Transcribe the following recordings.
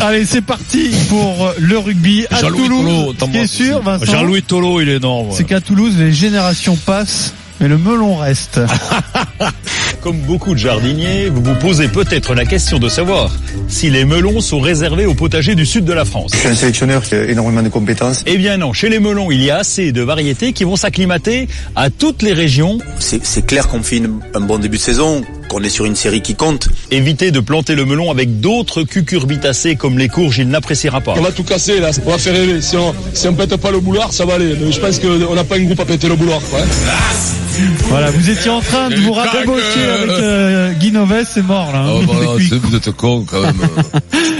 Allez, c'est parti pour le rugby à Jean-Louis Tolo, Toulouse. Ce t'embrasse qui est sûr, aussi. Vincent, Jean-Louis Tolo, il est énorme. c'est qu'à Toulouse, les générations passent, mais le melon reste. Comme beaucoup de jardiniers, vous vous posez peut-être la question de savoir si les melons sont réservés aux potagers du sud de la France. Je suis un sélectionneur qui a énormément de compétences. Eh bien non, chez les melons, il y a assez de variétés qui vont s'acclimater à toutes les régions. C'est c'est clair qu'on fait une- un bon début de saison, qu'on est sur une série qui compte. Évitez de planter le melon avec d'autres cucurbitacées comme les courges, il n'appréciera pas. On va tout casser là, on va faire rêver. Si on, si on pète pas le boulard, ça va aller. Mais Je pense qu'on n'a pas un groupe à péter le boulard. quoi, hein. Voilà, vous étiez en train de Et vous tac, rattabocher euh, avec euh, Guy Noves, c'est mort Oh, là. hein. Ah, voilà, Puis- c'est vous êtes con quand même.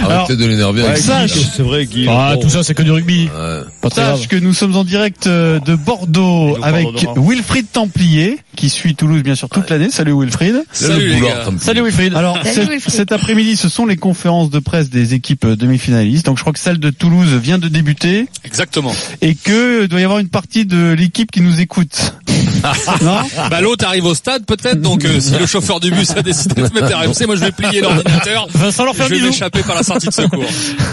Arrêtez de l'énerver avec sache- ça. C'est vrai, Guy. Ah, bon. tout ça, c'est que du rugby. Ouais. Pas très grave. Sache que nous sommes en direct euh, de Bordeaux Il nous avec pardonnera. Wilfried Templier, qui suit Toulouse bien sûr toute l'année. Salut Wilfried. Salut, le les boulard, gars. tant pis. Salut Wilfried. Alors Salut, cet- Wilfried. cet après-midi, ce sont les conférences de presse des équipes euh, demi-finalistes. Donc je crois que celle de Toulouse vient de débuter Exactement. et que euh, doit y avoir une partie de l'équipe qui nous écoute. non Bah l'autre arrive au stade peut-être, donc euh, si le chauffeur du bus a décidé de se mettre RMC, moi je vais plier l'ordinateur. Vincent leur Je vais m'échapper par la sortie de secours.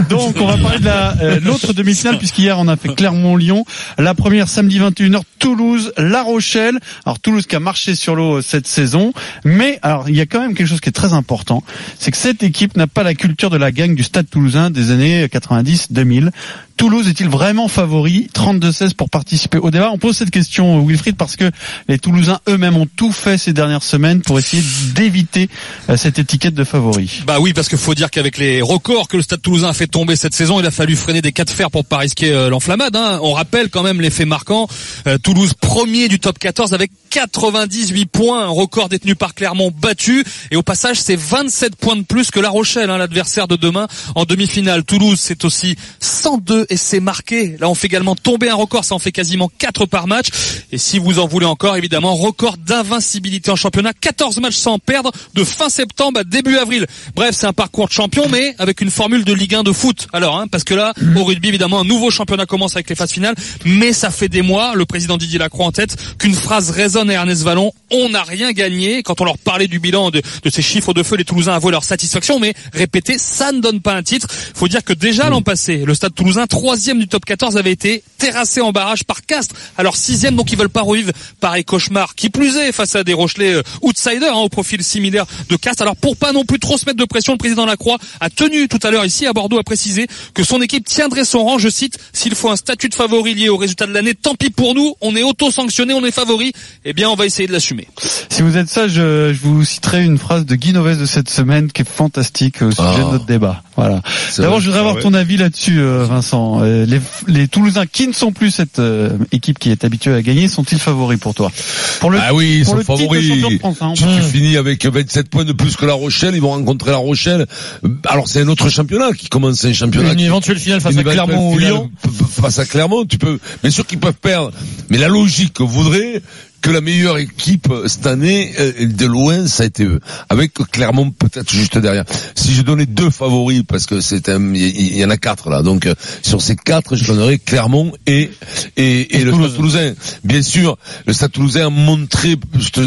Donc on va parler de la euh, l'autre demi-finale puisqu'hier on a fait Clermont-Lyon, la première samedi 21h Toulouse, La Rochelle. Alors Toulouse qui a marché sur l'eau euh, cette saison, mais alors il y a quand même quelque chose qui est très important, c'est que cette équipe n'a pas la culture de la gang du Stade Toulousain des années 90-2000. Toulouse est-il vraiment favori 32-16 pour participer au débat. On pose cette question euh, Wilfried parce que les Toulousains eux-mêmes ont tout fait ces dernières semaines pour essayer d'éviter euh, cette étiquette de favori. Bah oui, parce qu'il faut dire qu'avec les records que le Stade Toulousain a fait tomber cette saison, il a fallu freiner des cas de fer pour pas risquer euh, l'enflammade. hein. On rappelle quand même l'effet marquant. Euh, Toulouse premier du top 14 avec 98 points, un record détenu par Clermont battu. Et au passage, c'est 27 points de plus que La Rochelle, hein, l'adversaire de demain en demi-finale. Toulouse, c'est aussi 102 essais marqués. Là, on fait également tomber un record. Ça en fait quasiment 4 par match. Et si vous en voulez encore, évidemment, record d'invincibilité en championnat. 14 matchs sans perdre de fin septembre à début avril. Bref, c'est un parcours de champion, mais avec une formule de Ligue 1 de foot. Alors, hein, parce que là, au rugby, évidemment, un nouveau championnat commence avec les phases finales. Mais ça fait des mois, le président Didier Lacroix en tête, qu'une phrase résonne à Ernest Vallon. On n'a rien gagné. Quand on leur parlait du bilan de, de ces chiffres de feu, les Toulousains avouaient leur satisfaction. Mais répétez, ça ne donne pas un titre. Faut dire que déjà l'an passé, le Stade Toulousain, troisième du top 14, avait été terrassé en barrage par Castres. Alors sixième, donc ils veulent pas revivre pareil cauchemar. Qui plus est, face à des Rochelais euh, outsiders hein, au profil similaire de Castres. Alors pour pas non plus trop se mettre de pression, le président Lacroix a tenu tout à l'heure ici à Bordeaux à préciser que son équipe tiendrait son rang. Je cite s'il faut un statut de favori lié au résultat de l'année, tant pis pour nous. On est auto-sanctionné, on est favori. Eh bien, on va essayer de l'assumer. Si vous êtes sage, euh, je vous citerai une phrase de Guy Novès de cette semaine qui est fantastique euh, au sujet Ah. de notre débat. Voilà. C'est D'abord, vrai. je voudrais Ah avoir ton avis là-dessus, euh, Vincent. Euh, Les, les Toulousains qui ne sont plus cette euh, équipe qui est habituée à gagner sont-ils favoris pour toi Pour le, Ah oui, ils pour sont le titre de favoris. champion de France, hein, on Si Mmh. parle. tu finis avec 27 points de plus que La Rochelle, ils vont rencontrer La Rochelle. Alors c'est un autre championnat qui commence, un championnat. Une qui- éventuelle finale face une à éventuelle Clermont ou finale Lyon. p- p- Face à Clermont, tu peux. Bien sûr qu'ils peuvent perdre, mais la logique voudrait que la meilleure équipe euh, cette année, euh, de loin, ça a été eux. Avec Clermont peut-être juste derrière. Si je donnais deux favoris, parce que c'est un, il y- il y, en a quatre là, donc euh, sur ces quatre, je donnerais Clermont et et, et le Stade Toulousain. Bien sûr, le Stade Toulousain a montré cette,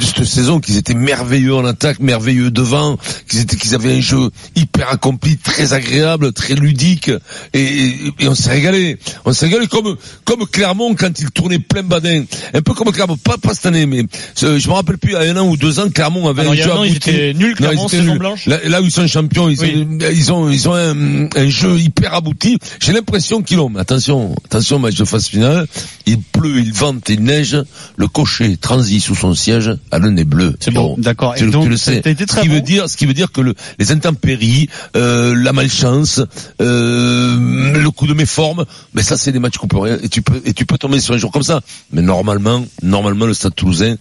cette saison qu'ils étaient merveilleux en attaque, merveilleux devant, qu'ils étaient, qu'ils avaient un jeu hyper accompli, très agréable, très ludique, et, et- et on s'est régalé. On s'est régalé comme comme Clermont quand il tournait plein badin, un peu comme Clermont, pas pas cette année, mais ce- je me rappelle plus à un an ou deux ans, Clermont avait Alors, un il y a jeu un an, ils abouti. étaient nuls, Non, Clermont, ils étaient saison nuls. blanche. Là, là où ils sont champions, ils, Oui. ont, ils ont, ils ont un, un jeu hyper abouti. J'ai l'impression qu'ils l'ont. Mais attention, attention, match de phase finale. Il pleut, il vente, il neige. Le cocher transit sous son siège à le nez bleu. C'est bon, Pierrot. d'accord. Tu, Et le- donc, tu le sais. t'as été très ce qui bon. veut dire, ce qui veut dire que le- les intempéries, euh, la malchance, euh, le coup de méforme, mais ça c'est des matchs qu'on peut rien. Et tu peux, et tu peux tomber sur un jour comme ça. Mais normalement, normalement le Stade Toulousain,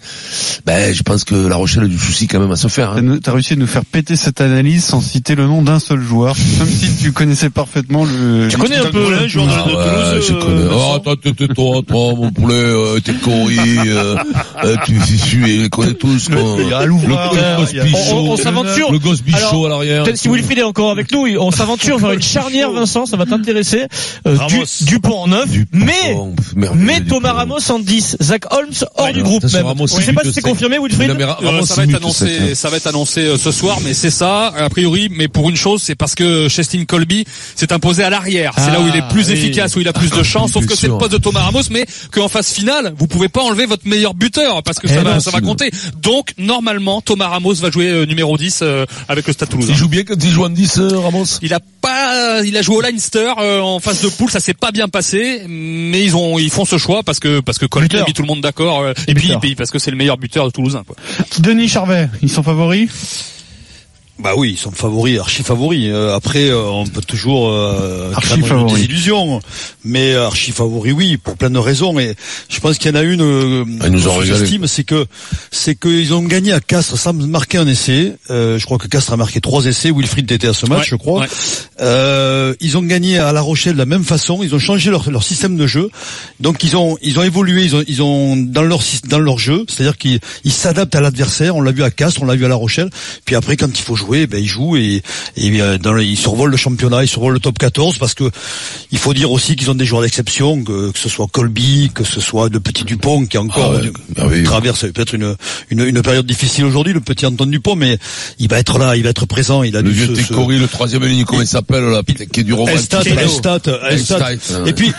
ben je pense que La Rochelle a du souci quand même à se faire. hein. T'as nous- T'as réussi à nous faire péter cette analyse sans citer le nom d'un seul joueur, même si tu connaissais parfaitement le. Tu connais un peu le joueur Ah euh, ouais, je connais. Oh, toi, toi, toi, toi, toi, mon poulet, euh, t'es corri, euh, euh, tu tu- tu les connais tous, quoi. Il y a Louvre, le gosse il y a- bichot. on- on s'aventure. Le gosse bichot Alors, à l'arrière. Peut-être si Wilfried est encore avec nous, on s'aventure vers une charnière, Vincent, ça va t'intéresser. Euh, Ramos. Du, Dupont en 9, Du mais, Dupont, merveilleux mais Dupont. Thomas Ramos en 10, Zach Holmes hors Ouais, du alors, groupe attention, même. Ramos, Je sais six pas buts, si c'est sept. confirmé, Wilfried. Non, mais Ra- Euh, Ramos, ça va six être buts, sept, hein. annoncé, ça va être annoncé euh, ce soir, mais c'est ça a priori. Mais pour une chose, c'est parce que Chestin Colby s'est imposé à l'arrière. C'est là où il est plus Ah, oui. efficace, où il a plus de chance. Sauf Bien que c'est le sûr. poste de Thomas Ramos, mais qu'en phase finale, vous pouvez pas enlever votre meilleur buteur parce que Eh ça va, non, ça va sinon. compter. Donc normalement, Thomas Ramos va jouer euh, numéro 10 euh, avec le Stade Toulousain. Il joue bien quand il joue en 10, euh, Ramos Il a pas, il a joué au Leinster euh, en phase de poule, ça s'est pas bien passé, mais ils ont, ils font ce choix parce que parce que Colby Buteur. a mis tout le monde d'accord euh, et puis, Buteur. puis parce que c'est le meilleur buteur de Toulousain. Quoi. Denis Charvet, ils sont favoris Bah oui, ils sont favoris, archi favoris. Euh, après, euh, on peut toujours euh, Archi craindre favoris. des illusions, mais euh, archi favoris, oui, pour plein de raisons. Et je pense qu'il y en a une euh, Ils nous ont qu'on régalé. sous-estime, c'est que c'est qu'ils ont gagné à Castres sans marquer un essai. Euh, je crois que Castres a marqué trois essais. Wilfried était à ce match, Ouais, je crois. ouais. Euh, ils ont gagné à La Rochelle de la même façon. Ils ont changé leur, leur système de jeu. Donc ils ont ils ont évolué. Ils ont ils ont dans leur sy- dans leur jeu, c'est-à-dire qu'ils ils s'adaptent à l'adversaire. On l'a vu à Castres, on l'a vu à La Rochelle. Puis après, quand il faut jouer, ben ils jouent et, et euh, dans le- ils survolent le championnat, ils survolent le top 14 parce que il faut dire aussi qu'ils ont des joueurs d'exception, que, que ce soit Colby, que ce soit le petit Dupont qui est encore Ah ouais, merveilleux. traverse peut-être une, une une période difficile aujourd'hui. Le petit Antoine Dupont, mais il va être là, il va être présent. Il a Le dû vieux se- se- Técori, le troisième ligne, comment il s'appelle, là, putain, qui est du roman. Elstat, Elstat, Elstat. Elstat, Et puis,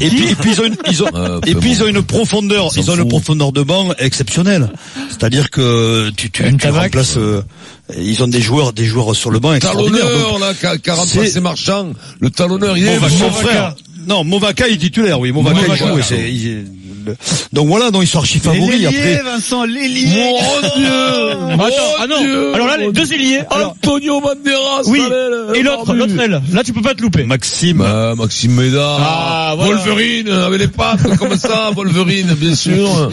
et puis, et puis ils ont une, ils ont, Euh, et peu puis ils bon. ont une profondeur, Ils s'en ils ont une foutent. profondeur de banc exceptionnelle. C'est-à-dire que tu, tu, tu Tabac. remplaces, euh, ils ont des joueurs, des joueurs sur le banc extraordinaires. Talonneur, Donc, là, qu'a- 40 C'est- c'est marchand. Le talonneur, il est. bah, Movaca, son bon. frère. Non, Movaca est titulaire, oui. Movaca, il Movaca. joue. et c'est- il- le- donc voilà, donc ils sont archi favoris. L'ailier, Après, Vincent, l'ailier Mon Dieu! Attends, ah non. Alors là, les deux ailiers. Alors, Antonio Banderas! oui. allez, le Et l'autre, barbu. l'autre aile. Là, tu peux pas te louper. Maxime, Bah, Maxime Médard. Ah, voilà. Wolverine, avec les pattes, comme ça, Wolverine, bien sûr.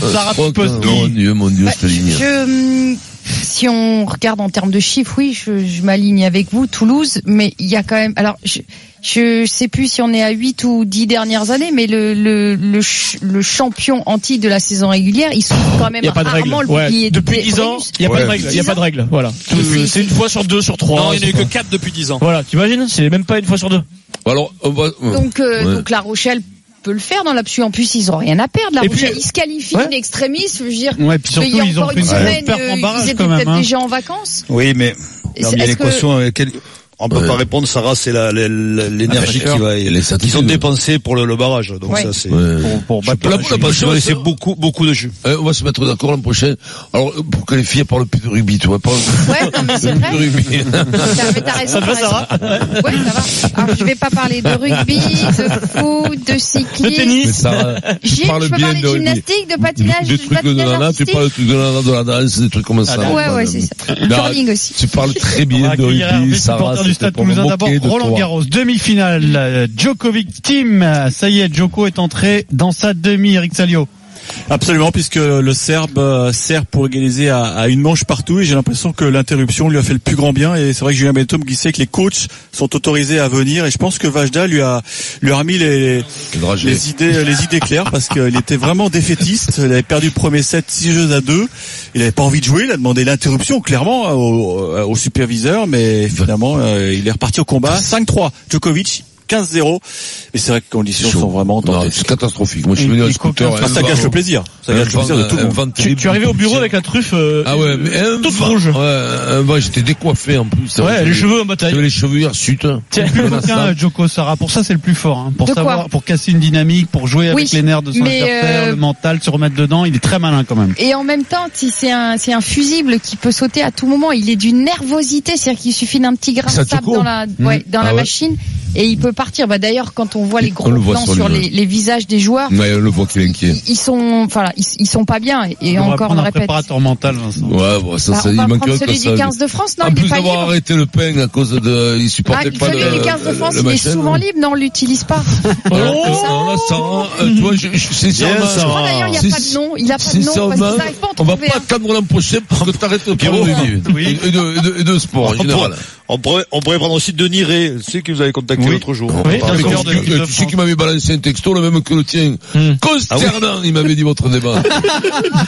Sarah Oh, Postny. Mon Dieu, mon Dieu, cette ligne. Bah, Je, mm, si on regarde en termes de chiffres, oui, je, je m'aligne avec vous, Toulouse, mais il y a quand même. Alors, je, je sais plus si on est à 8 ou 10 dernières années, mais le, le, le, ch- le champion anti de la saison régulière, ils sont quand même Il y a pas de règle. rarement le Ouais. bouclier Depuis des- 10 ans, Bruges. il y a pas de Ouais. règle. Il y a 10 pas de règle. Voilà. Oui. Euh, C'est une fois sur deux, sur trois. hein, Non, il n'y en a eu Oh, c'est que pas- 4 depuis 10 ans. Voilà, t'imagines C'est même pas une fois sur deux. Alors, on va, Donc, euh, Ouais. donc La Rochelle peut le faire dans l'absolu. En plus, ils ont rien à perdre. La Et puis- Rochelle, ils se qualifient Ouais. d'extrémistes. Je veux dire, Ouais, puis surtout, il y a ils ont encore fait une une semaine, perf euh, en ils barrage étaient quand même. peut-être hein. déjà en vacances. oui, mais Est-ce- non, mais il y a est-ce que- l'équation. euh, quelle- On peut Ouais. pas répondre, Sarah, c'est la- la- la- l'énergie Ah, bien qui va, sûr. Et les ils ont certitudes. dépensé pour le, le barrage. Donc Ouais. ça, c'est. ouais. Pour battre La- la- la- Ils ont laissé la- beaucoup, beaucoup de jus. Euh, on va se mettre d'accord l'an prochain. Alors, euh, pour que les filles parlent plus de rugby, tu vois, parle Ouais, non, mais c'est plus vrai. de rugby. T'as- mais t'as raison, t'as raison. Ouais, ça va. Alors, je vais pas parler de rugby, de foot, de cyclisme. Le tennis. Mais Sarah, Gilles, tu parles je peux bien parler de de rugby. gymnastique, de patinage, des de trucs de patinage nana, tu artistique. parles de nana, de la danse, des trucs comme ça. Bah, ouais, ouais, c'est ça. Curling aussi. Tu parles On très va bien de accueillir Hervé, rugby, Sarah. supporter du c'était Stade pour me Toulousain d'abord. moquer de Roland toi. Garros, demi-finale. euh, Djokovic Team. Ça y est, Djoko est entré dans sa demi. Eric Salio. Absolument, puisque le Serbe euh, sert pour égaliser à, à une manche partout et j'ai l'impression que l'interruption lui a fait le plus grand bien et c'est vrai que Julien Benton glissait que les coachs sont autorisés à venir et je pense que Vajda lui a lui a mis les, les- Quel dragé. les idées les idées claires parce qu'il était vraiment défaitiste, il avait perdu le premier set 6 jeux à 2, il avait pas envie de jouer, il a demandé l'interruption clairement euh, au, au superviseur mais finalement euh, il est reparti au combat 5-3 Djokovic 15-0 et c'est vrai que les conditions Chaud. sont vraiment Non, tendées. c'est catastrophique. Moi, je suis venu Et- à un et scooter. coquin, un Ça gâche vent- le plaisir, ça gâche le plaisir de tout le un monde. vent Tu, tu es arrivé au bureau avec la truffe euh, Ah ouais, mais un toute vent- rouge. Ouais, un vent, j'étais décoiffé en plus. Ouais, les cheveux en bataille. J'avais les cheveux hirsutes. C'est le plus coquin, euh, Djoko Sarah. Pour ça, c'est le plus fort. hein. Pour De quoi savoir, pour casser une dynamique, pour jouer Oui, avec les nerfs de son mais, adversaire, euh, le mental, se remettre dedans. Il est très malin quand même. Et en même temps, si c'est un, c'est un fusible qui peut sauter à tout moment. Il est d'une nervosité, c'est-à-dire qu'il suffit d'un petit grain Ça de te sable court. dans la, ouais, dans Ah la ouais. machine et il peut partir. Bah d'ailleurs, quand on voit les gros On le voit plans sur sur, lui, ouais. les, les visages des joueurs, Mais on le voit qu'il est inquiet. ils sont, enfin, là, ils, ils sont pas bien. Et, et On va encore, on prendre le un répète. préparateur mental, Vincent. Ouais, bon, ça, Bah, ça, on il va manque prendre que celui ça. du 15 de France. Non, en il plus est pas d'avoir libre. arrêté le pain à cause de, il supportait Ah, pas le. celui du 15 de France, le il est machin, souvent là. libre, non, on l'utilise pas. Oh, là, ça, euh, toi, je, je, c'est Bien, ça. ça. Ah, d'ailleurs, il n'y C'est- a pas de nom, il n'y a pas C'est de nom, ça, parce Romain. qu'ils n'arrivent pas à en on va trouver. hein. pas un. Ah, attendre l'an prochain pour que t'arrêtes de parler de vie et de, et de- et de sport en général. On On pourrait, on pourrait prendre aussi Denis Ré, celui qui nous avait contacté l'autre jour. Mais tu, tu- euh, tu sais qu'il m'avait balancé un texto, le même que le Hmm. tien. Ah Consternant, il m'avait dit votre débat.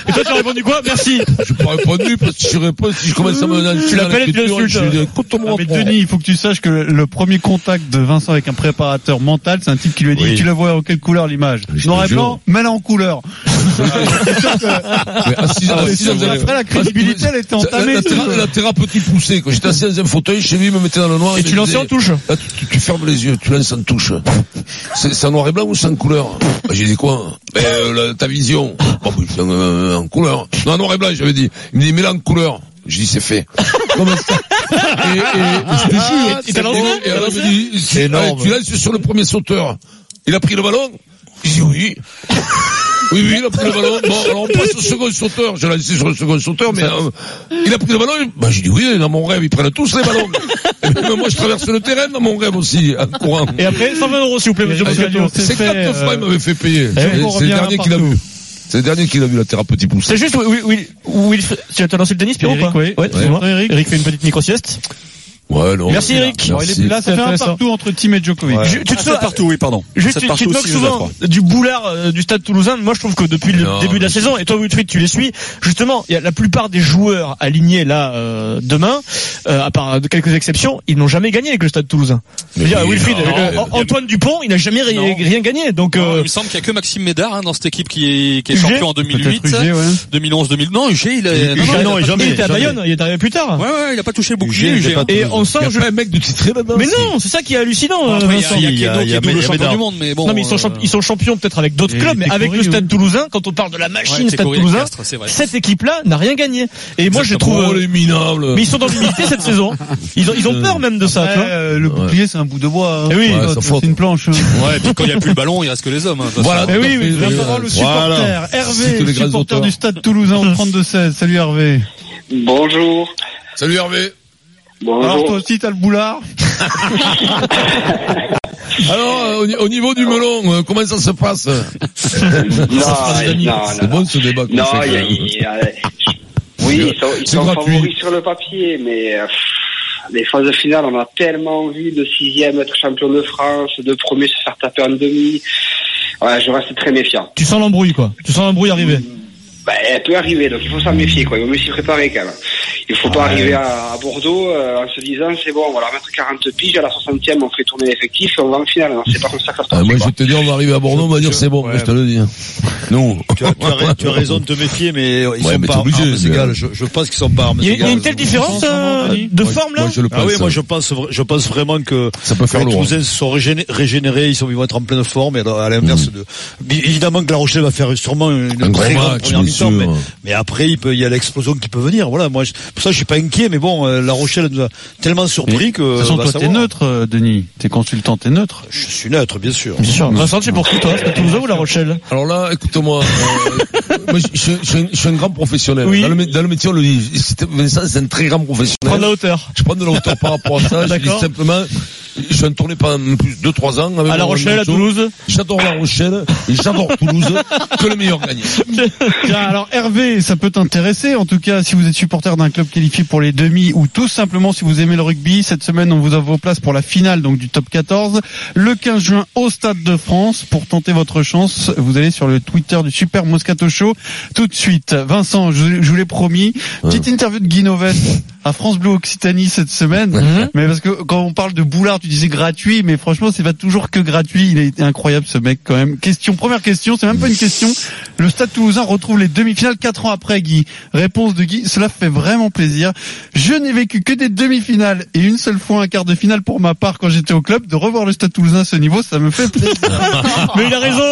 Et toi, tu as répondu quoi Merci. Je n'ai pas répondu, parce que si je réponds, si je commence à me lancer Tu dans l'appelles et tu l'écriture, je l'insultes. dis, écoute-moi, Ah, mais prends. Denis, il faut que tu saches que le premier contact de Vincent avec un préparateur mental, c'est un type qui lui a dit Oui. Tu la vois en quelle couleur l'image je Noir te et blanc, mets-la en couleur. Mais assis- Ah ouais, assis ça, dans un- après, la crédibilité, elle était entamée, La, la, si théra- tu veux. la thérapeutique poussée, quoi. J'étais assis dans un fauteuil, chez lui, il me mettait dans le noir. Et il tu me lançais disait, en touche Là, Hein, tu, tu- tu fermes les yeux, tu lances en touche. C'est c'est en noir et blanc ou sans couleur Bah, J'ai dit quoi Ben, euh, la- Ta vision. Bon, ben, c'est en, euh, en couleur. Non, en noir et blanc, j'avais dit. Il me dit, mets-la en couleur. J'ai dit, c'est fait. Comment ça Ah, Et, hein. et, je te jure, Il t'a lancé bon, et alors, il me dit, c'est énorme. Tu lances sur le premier sauteur. Il a pris le ballon. J'ai dit oui. Oui, oui, il a pris le ballon. Bon, alors on passe au second sauteur. Je l'ai laissé sur le second sauteur, mais euh, il a pris le ballon. et- Bah, j'ai dit oui, dans mon rêve, ils prennent tous les ballons. Mais moi, je traverse le terrain dans mon rêve aussi, en courant. Et après, 120 euros, s'il vous plaît, monsieur Ah, Moscato. C'est quatre fois, il m'avait fait payer. Eh oui, C'est on c'est le revient dernier qu'il a vu. C'est le dernier qu'il a vu, la thérapeutique poussée. C'est juste, oui, oui, oui, Will- tu as lancé le tennis, Pierrot, ou Eric, pas oui. Ouais, excuse-moi. Ouais, Eric. Eric fait une petite micro-sieste. Ouais, non. Merci, Eric. Alors, il est- Là, ça fait un partout entre Tim et Djokovic. Je- tu te souviens- partout, oui, pardon. Juste, Ça tu, tu partout te moques aussi, je vous souvent accrois. du boulard euh, du stade toulousain. Moi, je trouve que depuis le Non, début de la mais- saison, et toi, Wilfried, tu les suis, justement, il y a la plupart des joueurs alignés là euh, demain, euh, à part de quelques exceptions, ils n'ont jamais gagné avec le stade toulousain. Mais Je veux dire, oui, Wilfried, non, euh, mais- An- Antoine Dupont, il n'a jamais ri- Non. rien gagné. Donc, Non, euh, il me semble qu'il n'y a que Maxime Médard hein, dans cette équipe qui est, qui est Huguet champion en 2008, Peut-être Huguet, ouais. 2011, 2000. Non, Huguet, il a, non, non, il, il a a- pas- il était à Bayonne, il est arrivé plus tard. Ouais, ouais, il a pas touché le bouclier, Huguet, il Huguet. était pas Et on sent, Il y je- a pas un mec de titré là-dedans. mais non, c'est ça qui est hallucinant. euh, Après, il y a- Vincent. il y a il y a- Kedo il qui y a est double Médard. champion du monde, mais bon. non mais ils sont, euh, champ- ils sont champions peut-être avec d'autres Et clubs, mais Técouri, avec le Stade oui. Toulousain, quand on parle de la machine Ouais, Stade Técouri, Toulousain, Castres, c'est vrai. cette équipe-là n'a rien gagné. Et moi je Oh, trouve, euh, les minables. mais ils sont dans l'humilité cette saison. Ils ont, ils ont peur même de ça. tu Après, vois. euh, le bouclier, c'est un bout de bois. hein. Eh oui. Ouais, ça c'est frotte. une planche. hein. Ouais, et puis quand il n'y a plus le ballon, il reste que les hommes. hein, de toute façon. Voilà. Eh oui, oui, Voilà. la parole au supporter. Voilà. C'est tous Hervé, les grands supporter auteurs. du stade toulousain au 32-16. Salut Hervé. Bonjour. Salut Hervé. Alors toi Bonjour. aussi, t'as le boulard. Alors, euh, au ni- au niveau du melon, euh, comment ça se passe Non, non, C'est bon ce débat qu'on non, fait, il y a- quand même. il y a- oui, ils sont, ils C'est sont gratuit. favoris sur le papier, mais euh, pff, les phases finales, on a tellement vu de sixième être champion de France, de premier se faire taper en demi. Ouais, je reste très méfiant. Tu sens l'embrouille quoi. Tu sens l'embrouille arriver. Bah, elle peut arriver, donc il faut s'en méfier, quoi. Il vaut mieux s'y préparer quand même. Il faut pas arriver à, à Bordeaux euh, en se disant c'est bon, on va leur mettre 40 piges, à la 60e on fait tourner l'effectif et on va en finale. Non, c'est pas comme ça que ça se passe. Ah, moi, je quoi. vais te dire, on va arriver à Bordeaux, on va dire c'est bon, je te le dis. Non. Tu as, tu as ra- tu as raison de te méfier, mais ils sont mais pas t'es obligé, armes mais, égales. euh, Je, je pense qu'ils sont pas armes Il y a, il y a égales. une telle différence euh, de Moi, forme là. Moi, je le pense. Ah oui, moi je pense, vra- je pense vraiment que Ça peut faire les lourd, Toulousains se sont régéné- régénérés, ils, sont, ils vont être en pleine forme. Et alors, à l'inverse de, Bi- évidemment que La Rochelle va faire sûrement une Mm. hein. Un très gros grande match, première bien mi-temps, sûr. mais, mais après il peut, il y a l'explosion qui peut venir. Voilà, moi je, pour ça je suis pas inquiet, mais bon, euh, La Rochelle nous a tellement surpris que. bah, De toute façon, va toi, t'es savoir. neutre, euh, Denis. T'es consultant, t'es neutre. Je suis neutre, bien sûr. Bien sûr. Vincent, c'est pour qui toi Stade Toulousain ou La Rochelle Alors là, écoute-moi, euh, moi, je, je- je suis un- je suis un grand professionnel. Oui. Dans, le, mé- dans le métier, on le dit. C'était- Vincent, c'est un très grand professionnel. Prendre la hauteur. Je prends de la hauteur par rapport à ça. je dis D'accord. simplement, je suis en tournée pendant plus de 2-3 ans. Avec À La mon Rochelle, à morceau. Toulouse. J'adore La Rochelle et j'adore Toulouse. Que le meilleur gagne. Tiens, alors Hervé, ça peut t'intéresser. En tout cas, si vous êtes supporter d'un club qualifié pour les demi ou tout simplement si vous aimez le rugby, cette semaine, on vous a vos places pour la finale donc du top 14 le 15 juin au Stade de France. Pour tenter votre chance, vous allez sur le Twitter du Super Moscato Show tout de suite. Vincent, je, je vous l'ai promis, petite interview de Guy Novet à France Bleu Occitanie cette semaine. Mais parce que quand on parle de Boulard, tu disais gratuit, mais franchement, c'est pas toujours que gratuit. Il est incroyable ce mec quand même. Question, première question, c'est même pas une question. Le Stade Toulousain retrouve les demi-finales quatre ans après Guy. Réponse de Guy, cela fait vraiment plaisir. Je n'ai vécu que des demi-finales et une seule fois un quart de finale pour ma part quand j'étais au club. De revoir le Stade Toulousain à ce niveau, ça me fait plaisir. Mais il a raison.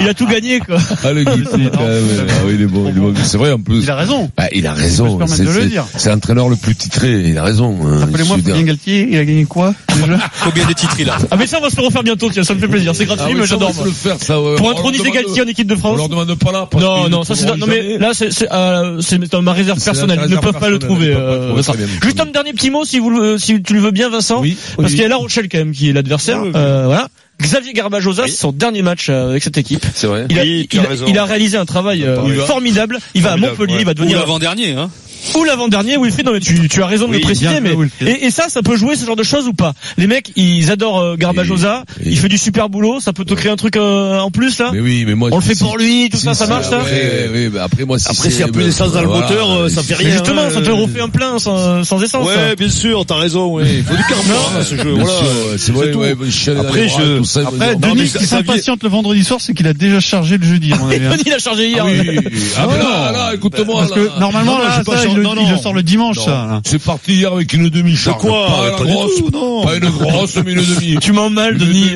Il a tout gagné quoi. Ah, le Guy, quand même. Ah oui, il est bon, il est bon. C'est vrai, en plus. Il a raison. Bah, il a Je raison. peux me C'est permettre de le c'est- dire. c'est l'entraîneur le plus titré. Il a raison. hein. Rappelez-moi, Il se Fabien dit- Galtier, il a gagné quoi déjà Combien des titres il a Ah mais ça on va se le refaire bientôt. Tiens, ça me fait plaisir. C'est gratuit, Ah oui, mais ça, on va j'adore. se moi. le faire, ça, ouais. Pour Euh, On leur Anthony demande- Galtier en équipe de On France. leur demande pas là. parce Non, qu'ils non, ne ça c'est trouveront non mais jamais. là c'est c'est euh, c'est dans ma réserve C'est la personnelle. Ils ne réserve peuvent pas le trouver. personnelle, ils peuvent pas euh, le trouver, Vincent. très bien. Juste un dernier petit mot si vous le- si tu le veux bien Vincent, Oui, oui, parce oui. qu'il y a La Rochelle quand même qui est l'adversaire. Euh, voilà. Xavier Garbajosa, c'est son dernier match euh, avec cette équipe. C'est vrai. Il a, Oui, tu il as a- raison. il a réalisé un travail euh, Il va. formidable. Il va à Formidable, Montpellier, ouais. il va Ou devenir l'avant-dernier, hein. Ou l'avant-dernier, Wilfried, non mais tu, tu as raison de Oui, le préciser, bien mais joué, Wilfried. et, et ça, ça peut jouer ce genre de choses ou pas Les mecs, ils adorent euh, Garbajosa, il fait du super boulot, ça peut te créer un truc euh, en plus là Mais oui, mais moi. On le fait si- pour lui, tout si- ça, ça si- marche ça après, oui, bah, après, moi, si Après, s'il y a plus bah, d'essence dans le moteur, euh, ça fait si- rien, Justement, hein, ça peut euh, refaire un plein sans, sans essence. Ouais, ça. bien sûr, t'as raison, oui. Il faut du carburant à ce jeu. Bien Voilà. sûr, ouais, euh, c'est vrai, tout. ouais, je suis allé dans Après, les bras, je- tout ça, après, mais non, Denis, mais ce qui Xavier- s'impatiente le vendredi soir, c'est qu'il a déjà chargé le jeudi. à mon avis, hein. Denis, il a chargé hier. Ah oui, oui, oui. Ah, mais là, là, écoute-moi. Parce que normalement, là, ça, il le- il le sort le dimanche, ça, là. C'est parti hier avec une demi-charge. De quoi Pas, la Pas du grosse, tout, non. pas une grosse, mais une demi. Tu m'en mal, Denis.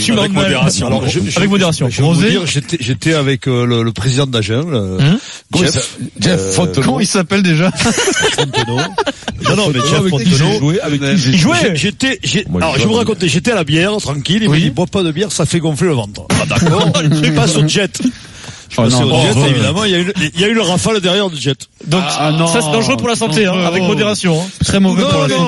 Tu m'en mal. Ah, Alors, je- je- Avec modération. Je vais vous Rosé dire, j'étais, j'étais avec euh, le, le président de la jungle, euh, Hein Comment il Jeff, s'a- euh, Jeff Fontenot. Comment il s'appelle déjà Fontenot. Non, non, Fontenot, mais Jeff avec qui Fontenot. j'ai joué, avec qui j'ai J'ai- joué. J'étais, j'ai- Moi, alors j'ai je vous joué. racontais, j'étais à la bière, tranquille, il me dit, bois pas de bière, ça fait gonfler le ventre. Ah, d'accord. je passe au jet. Je Oh, passe non, au bon, jet, bon, évidemment, il y a une, il y a une rafale derrière du jet. Ah, Donc, ça c'est dangereux pour la santé, hein, avec modération. hein. Non, non,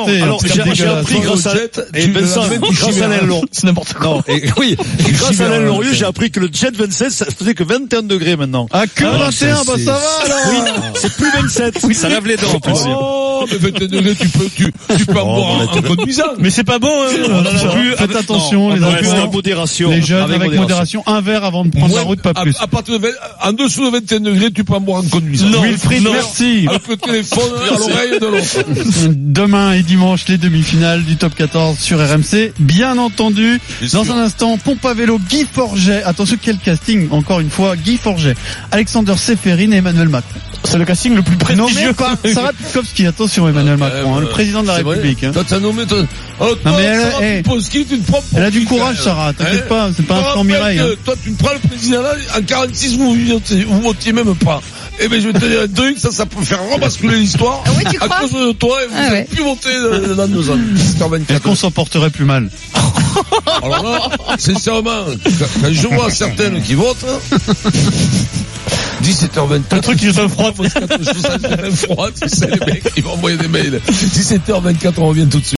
hein. Alors, j'ai j'ai appris grâce à, et Vincent, grâce à Alain Lor- C'est n'importe quoi. Non, et, oui, Du grâce à chimère, Alain ouais, Lorieux, ouais. j'ai appris que le jet 27, ça faisait que 21 degrés maintenant. Ah, que 21, bah, ça va, alors. Oui, c'est plus 27. Ça lave les dents, en plus. Oh, mais 21 degrés, tu peux, tu, tu Oh, peux en boire bah, un conduisant. Mais c'est pas bon, hein. On en a vu, Faites attention, les enfants. Hein. Les jeunes, avec, modération. ah, un verre avant de prendre Moins- la route, pas à- plus. À, partir de 20 en dessous de 21 degrés, tu peux en boire en conduisant. ah, Non, Wilfried, non. merci. Avec le téléphone à l'oreille de l'autre. Demain et dimanche, les demi-finales du top 14 sur RMC. Bien entendu, dans un instant, pompe à vélo, Guy Forget. Attention, quel casting, encore une fois, Guy Forget, Alexander Seferin et Emmanuel Macron. C'est le casting le plus Nommé par Sarah Pitkowski. Attention, Emmanuel Macron, hein, le président de la Ah, C'est vrai. République. hein. Toi, t'as nommé toi. Alors, toi, Non, mais elle- Sarah, eh. tu poses qui, tu te prends pour Elle a qui, du courage, quand même Sarah, t'inquiète Hein pas, c'est pas un Je te franc rappelle Mireille, que hein. Toi, tu prends le président là, en 46, vous votez, vous votiez même pas. Eh ben, je vais te dire un truc, ça, ça peut faire rebasculer l'histoire. Ah ouais, tu À crois cause de toi, et vous Ah n'avez ouais. plus voté euh, dans deux ans. C'est quand même Est-ce qu'on s'en porterait plus mal Alors là, sincèrement, quand quand je vois certaines qui votent, 17h24. Le truc qui se froid. je trouve ça froid, tu sais, les mecs, ils vont envoyer des mails. 17h24, on revient tout de suite.